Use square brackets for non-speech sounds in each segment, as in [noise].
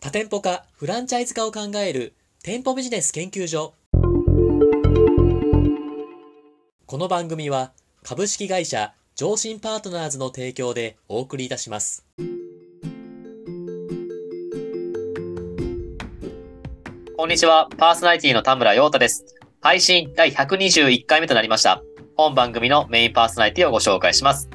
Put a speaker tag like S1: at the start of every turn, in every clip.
S1: 多店舗化、フランチャイズ化を考える店舗ビジネス研究所。この番組は株式会社上信パートナーズの提供でお送りいたします。こんにちは。パーソナリティの田村陽太です。配信第121回目となりました。本番組のメインパーソナリティをご紹介します。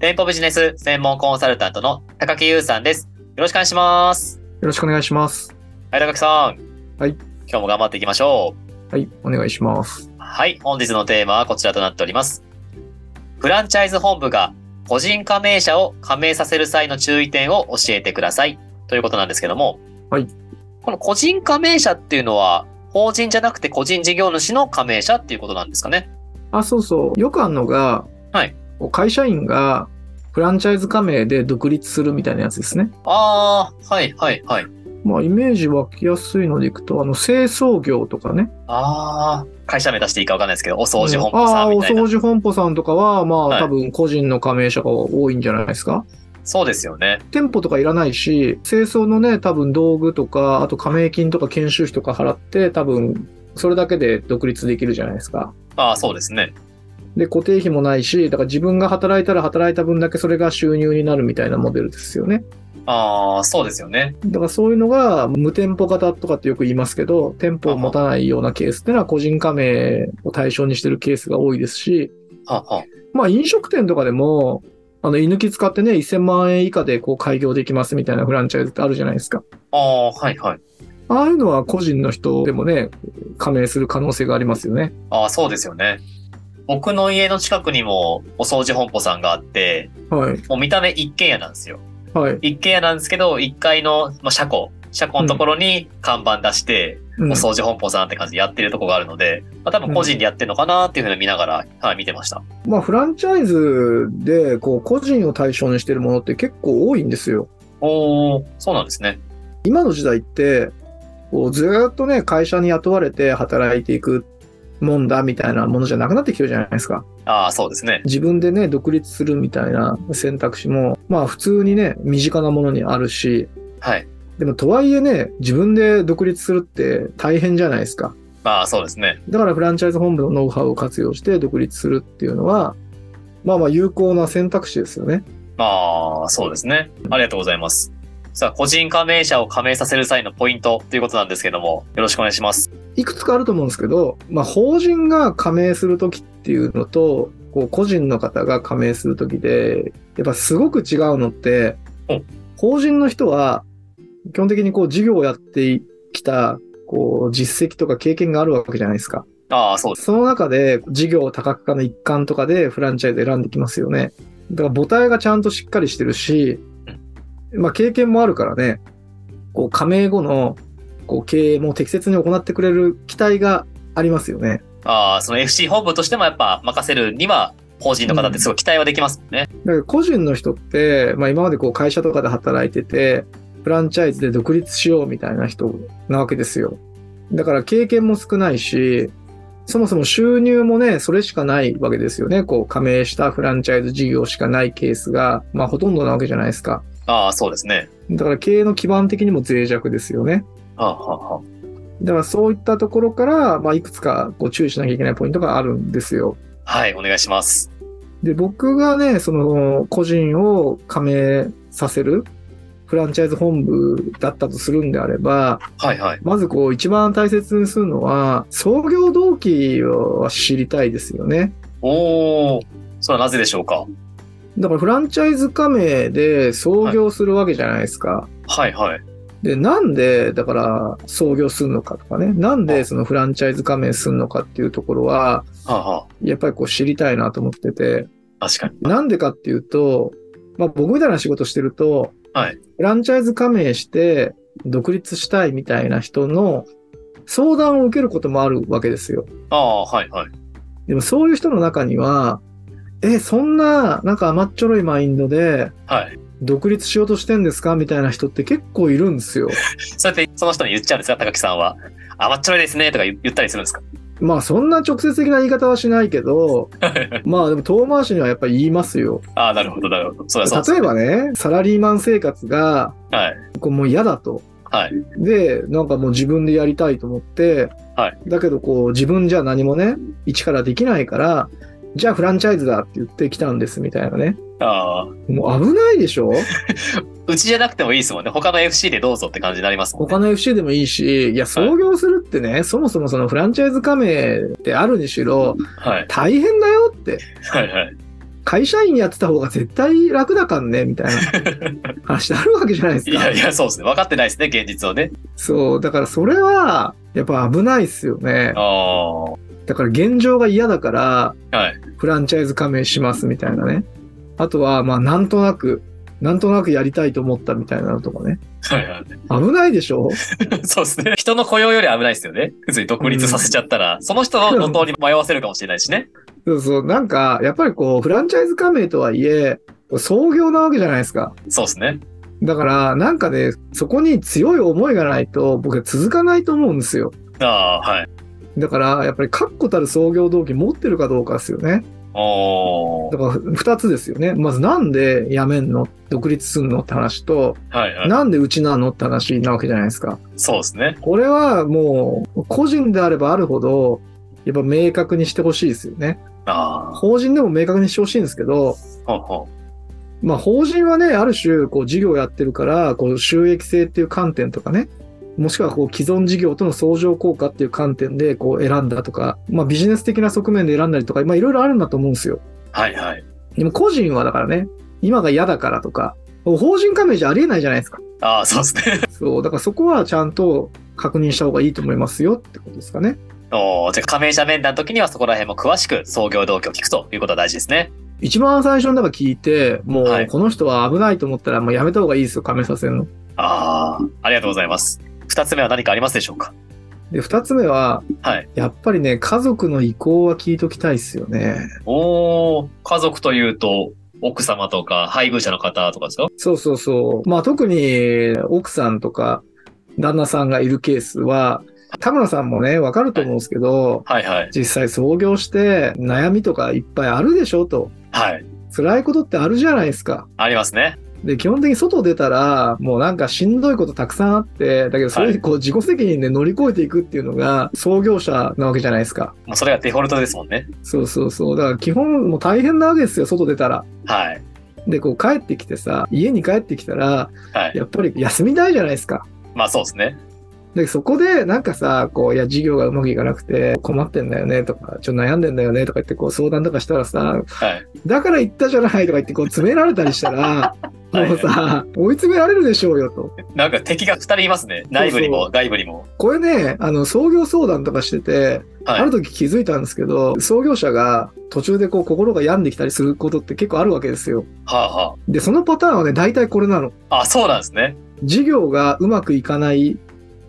S1: 店舗ビジネス専門コンサルタントの高木優さんです。よろしくお願いします。
S2: よろしくお願いします。
S1: はい、高木さん。
S2: はい
S1: 今日も頑張っていきましょう。
S2: はい、お願いします。
S1: はい、本日のテーマはこちらとなっております。フランチャイズ本部が個人加盟者を加盟させる際の注意点を教えてください。ということなんですけども。
S2: はい。
S1: この個人加盟者っていうのは、法人じゃなくて個人事業主の加盟者っていうことなんですかね。
S2: あ、そうそう。よくあるのが、
S1: はい
S2: こう会社員がフランチャイズ加盟で独立するみたいなやつですね。
S1: ああ、はい、はい、はい。
S2: まあ、イメージ湧きやすいのでいくと、あの、清掃業とかね。
S1: ああ、会社名出していいかわかんないですけど、お掃除本部
S2: あ
S1: さ
S2: あ、
S1: んみ
S2: お
S1: たいな。
S2: 掃除本舗さんとかは、まあ、
S1: はい
S2: 多分個人の加盟者が多いんじゃないですか。
S1: そうですよね。
S2: 店舗とかいらないし、清掃のね、多分道具とか、あと加盟金とか研修費とか払って、多分、それだけで独立できるじゃないですか。
S1: ああ、そうですね。
S2: で、固定費もないし、だから自分が働いたら働いた分だけそれが収入になるみたいなモデルですよね。
S1: ああ、そうですよね。
S2: だからそういうのが無店舗型とかってよく言いますけど、店舗を持たないようなケースっていうのは個人加盟を対象にしてるケースが多いですし、
S1: はあは
S2: まあ飲食店とかでも、あの、居抜き使ってね、1000万円以下でこう開業できますみたいなフランチャイズってあるじゃないですか。
S1: あ、ああー、はいはい。
S2: ああいうのは個人の人でもね、加盟する可能性がありますよね。
S1: ああ、そうですよね。僕の家の近くにもお掃除本舗さんがあって、
S2: はい。
S1: もう見た目一軒家なんですよ。
S2: はい。
S1: 一軒家なんですけど、1階の、まあ、車庫、車庫のところに看板出して、
S2: うん
S1: お掃除本舗さんって感じでやってるとこがあるので、まあ、多分個人でやってるのかなっていうふうに見ながら、はい、見てました。
S2: まあ、フランチャイズで、こう、個人を対象にしてるものって結構多いんですよ。
S1: おお、そうなんですね。
S2: 今の時代って、こうずーっとね、会社に雇われて働いていくもんだみたいなものじゃなくなってきてるじゃないですか。
S1: ああ、そうですね。
S2: 自分でね、独立するみたいな選択肢も、まあ、普通にね、身近なものにあるし、
S1: はい。
S2: でも、とはいえね、自分で独立するって大変じゃないですか。
S1: まあ、そうですね。
S2: だからフランチャイズ本部のノウハウを活用して独立するっていうのは、まあまあ有効な選択肢ですよね。
S1: ああ、そうですね。ありがとうございます。さあ、個人加盟者を加盟させる際のポイントということなんですけども、よろしくお願いします。
S2: いくつかあると思うんですけど、まあ、法人が加盟するときっていうのと、こう個人の方が加盟するときで、やっぱすごく違うのって
S1: うん、
S2: 法人の人は、基本的にこう事業をやってきた、こう実績とか経験があるわけじゃないですか。
S1: ああ、そうです。
S2: その中で事業多角化の一環とかでフランチャイズ選んできますよね。だから母体がちゃんとしっかりしてるし、まあ経験もあるからね、こう加盟後のこう経営も適切に行ってくれる期待がありますよね。
S1: ああ、その FC 本部としてもやっぱ任せるには、法人の方ってすごい期待はできますもんね。
S2: だから個人の人って、まあ今までこう会社とかで働いてて、フランチャイズで独立しようみたいな人なわけですよ。だから経験も少ないし、そもそも収入もね、それしかないわけですよね。こう、加盟したフランチャイズ事業しかないケースが、まあほとんどなわけじゃないですか。
S1: ああ、そうですね。
S2: だから経営の基盤的にも脆弱ですよね。
S1: はあ、はあは
S2: だからそういったところから、まあいくつかこう注意しなきゃいけないポイントがあるんですよ。
S1: あ、はい、お願いします。
S2: で、僕がね、その、個人を加盟させる、フランチャイズ本部だったとするんであれば、
S1: はい、はい。
S2: まずこう、一番大切にするのは、創業動機は知りたいですよね。
S1: おお、それはなぜでしょうか。
S2: だから、フランチャイズ加盟で創業するわけじゃないですか。
S1: はい、はい。
S2: で、なんで、だから、創業するのかとかね、なんでそのフランチャイズ加盟するのかっていうところは、
S1: はあ、は
S2: やっぱりこう、知りたいなと思ってて、
S1: あ、確かに。
S2: なんでかっていうと、まあ、僕みたいな仕事してると、
S1: はい
S2: フランチャイズ加盟して独立したいみたいな人の相談を受けることもあるわけですよ。
S1: ああ、はい、はい。
S2: でもそういう人の中には、え、そんななんか甘っちょろいマインドで
S1: はい。
S2: 独立しようとしてんですかみたいな人って結構いるんですよ。
S1: そうやってその人に言っちゃうんですか、高木さんは。甘っちょろいですね、とか言言ったりするんですか。
S2: まあそんな直接的な言い方はしないけど、まあでも遠回しにはやっぱり言いますよ。
S1: ああ、なるほど、なるほど。それはそうです。
S2: 例えばね、サラリーマン生活が
S1: はい。
S2: こうもう嫌だと。
S1: はい。
S2: で、なんかもう自分でやりたいと思って、
S1: はい
S2: だけどこう自分じゃ何もね、一からできないから、じゃあフランチャイズだって言ってきたんですみたいなね。
S1: ああ。
S2: もう危ないでしょ
S1: うちじゃなくてもいいですもんね。他の FC でどうぞって感じになりますもんね。
S2: 他の FC でもいいし、いや、創業するってね、そもそもそのフランチャイズ加盟ってあるにしろ、
S1: はい。
S2: 大変だよって。
S1: はいはい。
S2: 会社員やってた方が絶対楽だかんね、みたいな
S1: [laughs]
S2: 話あるわけじゃないです
S1: い
S2: か。
S1: やいや、そうですね。分かってないですね、現実をね。
S2: そう、だからそれは、やっぱ危ないっすよね
S1: あ。あ。は
S2: だから現状が嫌だから、
S1: い。
S2: フランチャイズ加盟しますみたいなね。あとは、まあ、なんとなく、なんとなくやりたいと思ったみたいなのとかね。
S1: はいは
S2: 危ないでしょ
S1: い。 [laughs] そうですね。人の雇用より危ないですよね。普通に独立させちゃったら、その人の路頭に迷わせるかもしれないしね。
S2: そうそう。なんか、やっぱりこう、フランチャイズ加盟とはいえ、創業なわけじゃないですか。
S1: そうですね。
S2: だから、なんかね、そこに強い思いがないと、僕は続かないと思うんですよ。
S1: ああ、はい。
S2: だから、やっぱり確固たる創業動機持ってるかどうかですよね。
S1: おー
S2: だ。から、二つですよね。まず、なんで辞めんの独立すんのって話と、
S1: はいはい。
S2: なんでうちなのって話なわけじゃないですか。
S1: そうですね。
S2: これはもう、個人であればあるほど、やっぱ明確にしてほしいですよね。
S1: ああ。
S2: 法人でも明確にしてほしいんですけど、
S1: ほうほ
S2: まあ法人はね、ある種、こう事業やってるから、こう収益性っていう観点とかね、もしくはこう既存事業との相乗効果っていう観点でこう選んだとか、まあビジネス的な側面で選んだりとか、まあいろいろあるんだと思うんですよ。
S1: う。はいはい。
S2: でも個人はだからね、今が嫌だからとか、法人加盟じゃありえないじゃないですか。
S1: ああ、そうですね。
S2: そう、だからそこはちゃんと確認した方がいいと思いますよってことですかね。
S1: おーじゃあ加盟者面談の時にはそこら辺も詳しく創業動機を聞くということは大事ですね。
S2: 一番最初にだから聞いて、も
S1: はいう
S2: この人は危ないと思ったらもうやめた方がいいですよ、加盟させるの。
S1: ああ、ありがとうございます。二つ目は何かありますでしょうか
S2: で、二つ目は、
S1: はい
S2: やっぱりね、家族の意向は聞いときたいですよね。
S1: おー、家族というと、奥様とか、配偶者の方とかですか
S2: そうそうそう。まあ特に奥さんとか旦那さんがいるケースは、田村さんもね、わかると思うんですけど、
S1: はいはい。
S2: 実際創業して悩みとかいっぱいあるでしょと。
S1: はい。
S2: 辛いことってあるじゃないですか。
S1: ありますね。
S2: で、基本的に外出たら、もうなんかしんどいことたくさんあって、だけどそれにこう自己責任で乗り越えていくっていうのが創業者なわけじゃないですか。
S1: もうそれがデフォルトですもんね。
S2: そうそうそう。だから基本もう大変なわけですよ、外出たら。
S1: はい。
S2: で、こう帰ってきてさ、家に帰ってきたら、
S1: はい。
S2: やっぱり休みたいじゃないですか。
S1: まあそうですね。
S2: で、そこでなんかさ、こう、いや、事業がうまくいかなくて困ってんだよねとか、ちょっと悩んでんだよねとか言ってこう相談とかしたらさ、
S1: はい。
S2: だから言ったじゃないとか言ってこう詰められたりし
S1: [laughs]
S2: たら、 [laughs] もうさ、追い詰められるでしょうよと。
S1: なんか敵が二人いますね。内部にも外部にも。
S2: これね、あの、創業相談とかしてて、
S1: は
S2: あ
S1: い
S2: る。時気づいたんですけど、創業者が途中でこう心が病んできたりすることって結構あるわけですよ。
S1: はあ、は
S2: で、そのパターンはね、大体これなの。
S1: あ。あ、そうなんですね。
S2: 事業がうまくいかない。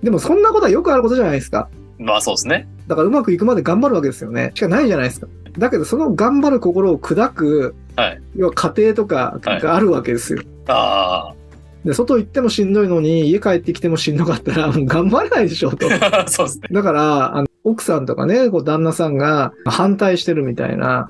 S2: でもそんなことはよくあることじゃないですか。
S1: まあそうですね。
S2: だからうまくいくまで頑張るわけですよね。しかないじゃないですか。だけどその頑張る心を砕く、
S1: はい
S2: 要は家庭とか
S1: はい
S2: があるわけですよ。
S1: あ
S2: で、外行ってもしんどいのに、家帰ってきてもしんどかったら、もう頑張れないでしょ、と。
S1: あ。 [laughs] そうですね。
S2: だから、あの奥さんとかね、こう旦那さんが反対してるみたいな、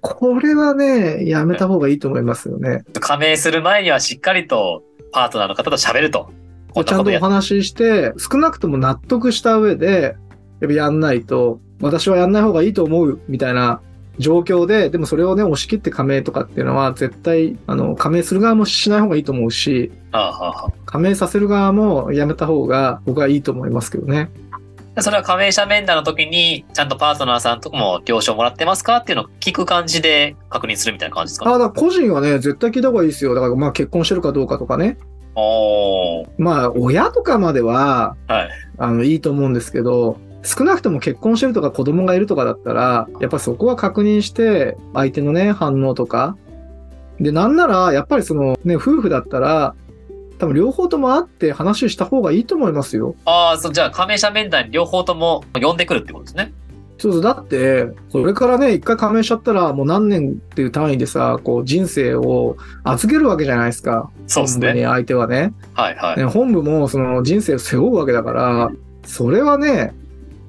S2: これはね、やめた方がいいと思いますよね。
S1: 加盟する前にはしっかりとパートナーの方と喋ると。こん
S2: ち
S1: な
S2: ゃ
S1: こと
S2: んと
S1: や
S2: お話しして、少なくとも納得した上で、やっぱやんないと、私はやんない方がいいと思う、みたいな状況で、でもそれをね、押し切って加盟とかっていうのは、絶対、あの、加盟する側もしない方がいいと思うし、
S1: ああ、はあ、は
S2: 加盟させる側もやめた方が僕はいいと思いますけどね。
S1: あ。それは加盟者面談の時に、ちゃんとパートナーさんとかも了承もらってますかっていうのを聞く感じで確認するみたいな感じですか
S2: あ、だから個人はね、絶対聞いた方がいいですよ。だからまあ結婚してるかどうかとかね。
S1: おー。
S2: まあ、親とかまでは、
S1: はい
S2: あの、いいと思うんですけど、少なくとも結婚してるとか子供がいるとかだったら、やっぱそこは確認して、相手のね、反応とか。で、なんなら、やっぱりその、ね、夫婦だったら、多分両方とも会って話した方がいいと思いますよ。
S1: ああ、そう、じゃあ加盟者面談に両方とも呼んでくるってことですね。
S2: そうそう、だって、これからね、一回加盟しちゃったら、もう何年っていう単位でさ、こう、人生を預けるわけじゃないですか。
S1: そうです
S2: 本当
S1: ね。
S2: に相手はね。
S1: はいはい。
S2: ね、本部もその人生を背負うわけだから、それはね、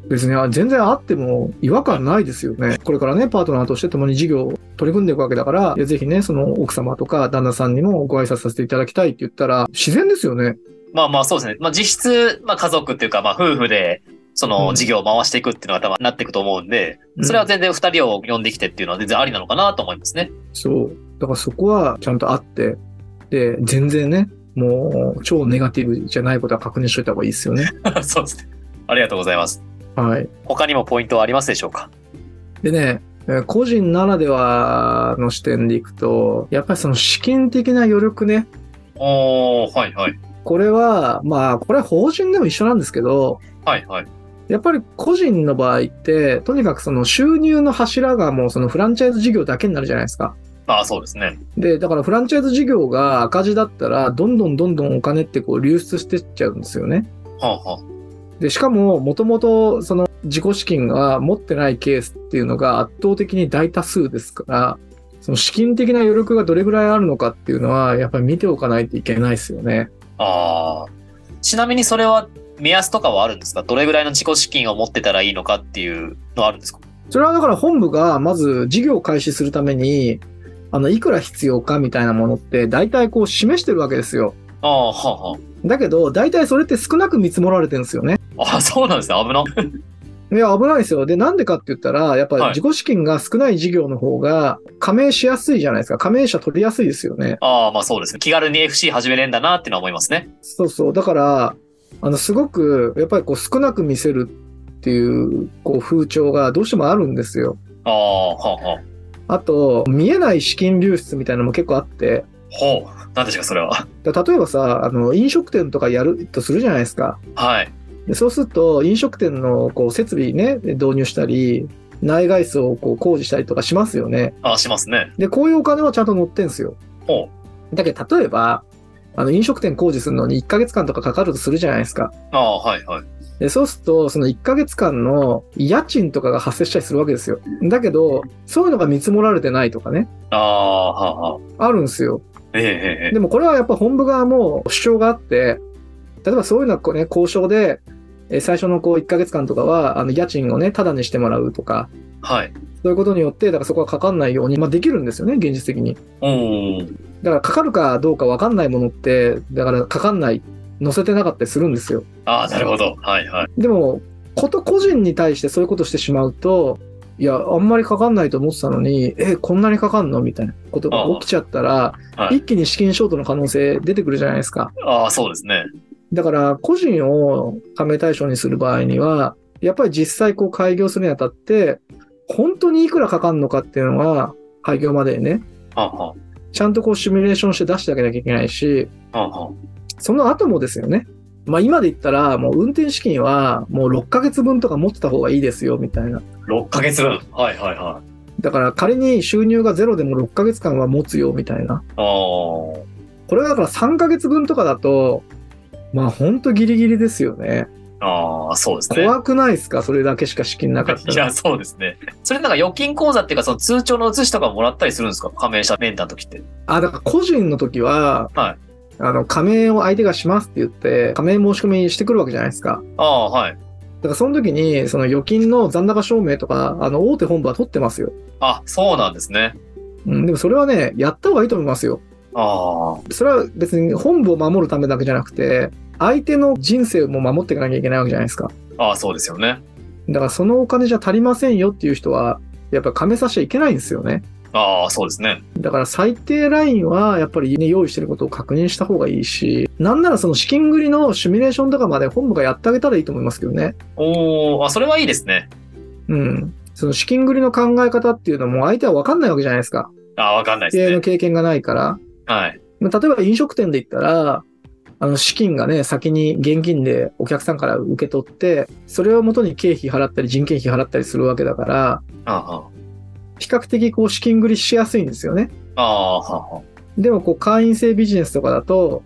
S2: 別にあ全然あっても違和感ないですよね。これからね、パートナーとして共に事業を取り組んでいくわけだから、いやぜひね、その奥様とか旦那さんにもご挨拶させていただきたいって言ったら、自然ですよね。
S1: まあまあそうですね。まあ実質、まあ家族っていうか、まあ夫婦で、その
S2: うん
S1: 事業を回していくっていうのが多分なっていくと思うんで、
S2: うん
S1: それは全然二人を呼んできてっていうのは全然ありなのかなと思いますね。
S2: そう。だからそこはちゃんとあって、で、全然ね、もう超ネガティブじゃないことは確認しといた方がいいです
S1: [laughs]
S2: よね。
S1: そうですね。ありがとうございます。
S2: はい。
S1: 他にもポイントはありますでしょうか
S2: でね、えー個人ならではの視点でいくと、やっぱりその資金的な余力ね、
S1: おー、はいはい。
S2: これは、まあ、これは法人でも一緒なんですけど、
S1: はいはい。
S2: やっぱり個人の場合って、とにかくその収入の柱がもうそのフランチャイズ事業だけになるじゃないですか。
S1: まあそうですね。
S2: で、だからフランチャイズ事業が赤字だったら、どんどんどんどんお金ってこう流出してっちゃうんですよね。
S1: はあは
S2: で、しかも、もともとその自己資金が持ってないケースっていうのが圧倒的に大多数ですから、その資金的な余力がどれぐらいあるのかっていうのは、やっぱり見ておかないといけないですよね。
S1: あ。あーちなみにそれは目安とかはあるんですかどれぐらいの自己資金を持ってたらいいのかっていうのはあるんですか
S2: それはだから本部がまず事業を開始するために、あの、いくら必要かみたいなものって大体こう示してるわけですよ。
S1: ああ、はあは
S2: だけど、大体それって少なく見積もられてるんですよね。
S1: あ。あそうなんですね。危な。
S2: いや、危ないですよ。で、なんでかって言ったら、やっぱ
S1: はい
S2: り自己資金が少ない事業の方が加盟しやすいじゃないですか。加盟者取りやすいですよね。
S1: ああ、まあそうですね。気軽に FC 始めれんだなっていうのは思いますね。
S2: そうそう。だから、あの、すごく、やっぱりこう少なく見せるっていう、こう風潮がどうしてもあるんですよ。
S1: ああ、はあはあ。
S2: あと、見えない資金流出みたいなのも結構あって、
S1: ほう。なんですか、それは。
S2: だから例えばさ、あの、飲食店とかやるとするじゃないですか。
S1: はい。
S2: でそうすると、飲食店のこう設備ね、導入したり、内外装をこう工事したりとかしますよね。
S1: あしますね。
S2: で、こういうお金はちゃんと乗ってんすよ。
S1: ほう。
S2: だけど、例えば、あの飲食店工事するのに1ヶ月間とかかかるとするじゃないですか。
S1: ああ、はい、はい。
S2: で、そうすると、その1ヶ月間の家賃とかが発生したりするわけですよ。だけど、そういうのが見積もられてないとかね、
S1: ああ、はあはあ。
S2: あるんですよ。
S1: ええええええ。
S2: [laughs] でもこれはやっぱ本部側も主張があって、例えばそういうのはこうね、交渉で、え最初のこう1ヶ月間とかは、あの家賃をね、タダにしてもらうとか、
S1: はい。
S2: そういうことによって、だからそこはかかんないように、まあできるんですよね、現実的に。
S1: おー。
S2: だからかかるかどうかわかんないものって、だからかかんない、載せてなかったりするんですよ。
S1: ああ、なるほど。はい、はい。
S2: でも、こと個人に対してそういうことしてしまうと、いや、あんまりかかんないと思ってたのに、え、こんなにかかんのみたいなことが起きちゃったら、
S1: あはい
S2: 一気に資金ショートの可能性出てくるじゃないですか。
S1: ああ、そうですね。
S2: だから、個人を加盟対象にする場合には、やっぱり実際こう開業するにあたって、本当にいくらかかるのかっていうのは、開業までにね、
S1: はあ、は
S2: ちゃんとこうシミュレーションして出してあげなきゃいけないし、
S1: あ。はあ、は
S2: その後もですよね。まあ今で言ったら、もう運転資金はもう6ヶ月分とか持ってた方がいいですよ、みたいな。
S1: あ。6ヶ月分。はい、はい、はい。
S2: だから仮に収入がゼロでも6ヶ月間は持つよ、みたいな。
S1: ああ。
S2: これがだから3ヶ月分とかだと、まあほんとギリギリですよね。
S1: ああ、そうですね。
S2: 怖くないですかそれだけしか資金なかった
S1: い
S2: ら。
S1: や、そうですね。それなんか預金口座っていうか、その通帳の写しとかもらったりするんですか加盟者面談の時って。
S2: あ、だから個人の時は、
S1: はい
S2: あの、加盟を相手がしますって言って、加盟申し込みしてくるわけじゃないですか。
S1: ああ、はい。
S2: だからその時に、その預金の残高証明とか、あの、大手本部は取ってますよ。
S1: あ、そうなんですね。
S2: うん、でもそれはね、やった方がいいと思いますよ。
S1: ああ。
S2: それは別に本部を守るためだけじゃなくて、相手の人生も守っていかなきゃいけないわけじゃないですか。
S1: ああ、そうですよね。
S2: だからそのお金じゃ足りませんよっていう人は、やっぱ加盟させちゃいけないんですよね。
S1: ああ、そうですね。
S2: だから最低ラインはやっぱり、ね、用意してることを確認した方がいいし、なんならその資金繰りのシミュレーションとかまで本部がやってあげたらいいと思いますけどね。
S1: おー、あ、それはいいですね。
S2: うん。その資金繰りの考え方っていうのも相手は分かんないわけじゃないですか。
S1: あ、わかんないで
S2: 経営
S1: す
S2: の
S1: ね。
S2: 経験がないから。
S1: はい。
S2: まあ例えば飲食店で言ったら、あの資金がね、先に現金でお客さんから受け取って、それを元に経費払ったり人件費払ったりするわけだから、
S1: ああ、は
S2: 比較的こう資金繰りしやすいんですよね。
S1: あ、ああはあ
S2: でもこう会員制ビジネスとかだと、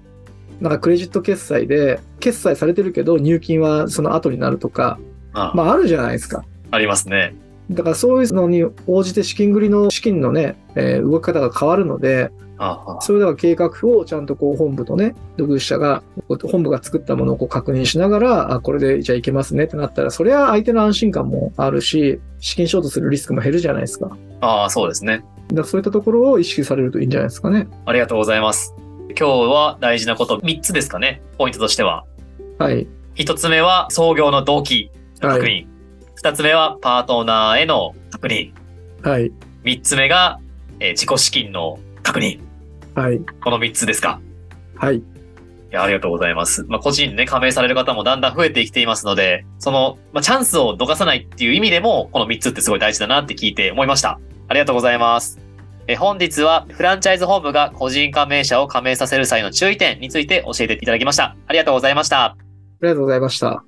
S2: なんかクレジット決済で、決済されてるけど入金はその後になるとか、
S1: ああ、
S2: まああるじゃないですか。
S1: ありますね。
S2: だからそういうのに応じて資金繰りの資金のね、えー動き方が変わるので、
S1: ああ、はあ
S2: それでは計画をちゃんとこう本部とね、独立者が、本部が作ったものをこう確認しながら、あ、これでじゃあいけますねってなったら、それは相手の安心感もあるし、資金ショートするリスクも減るじゃないですか。だか
S1: ああ、そうですね。
S2: らそういったところを意識されるといいんじゃないですかね。
S1: ありがとうございます。今日は大事なこと3つですかね。ポイントとしては。
S2: はい。
S1: 1つ目は創業の動機の確
S2: は
S1: 認。2つ目はパートナーへの確認。
S2: はい。
S1: 3つ目が、えー自己資金の確認。
S2: はい。
S1: この3つですか。
S2: はい。
S1: いや、ありがとうございます。まあ、個人でね、加盟される方もだんだん増えてきていますので、その、まあ、チャンスを逃さないっていう意味でも、この3つってすごい大事だなって聞いて思いました。ありがとうございます。え、本日は、フランチャイズ本部が個人加盟者を加盟させる際の注意点について教えていただきました。ありがとうございました。
S2: ありがとうございました。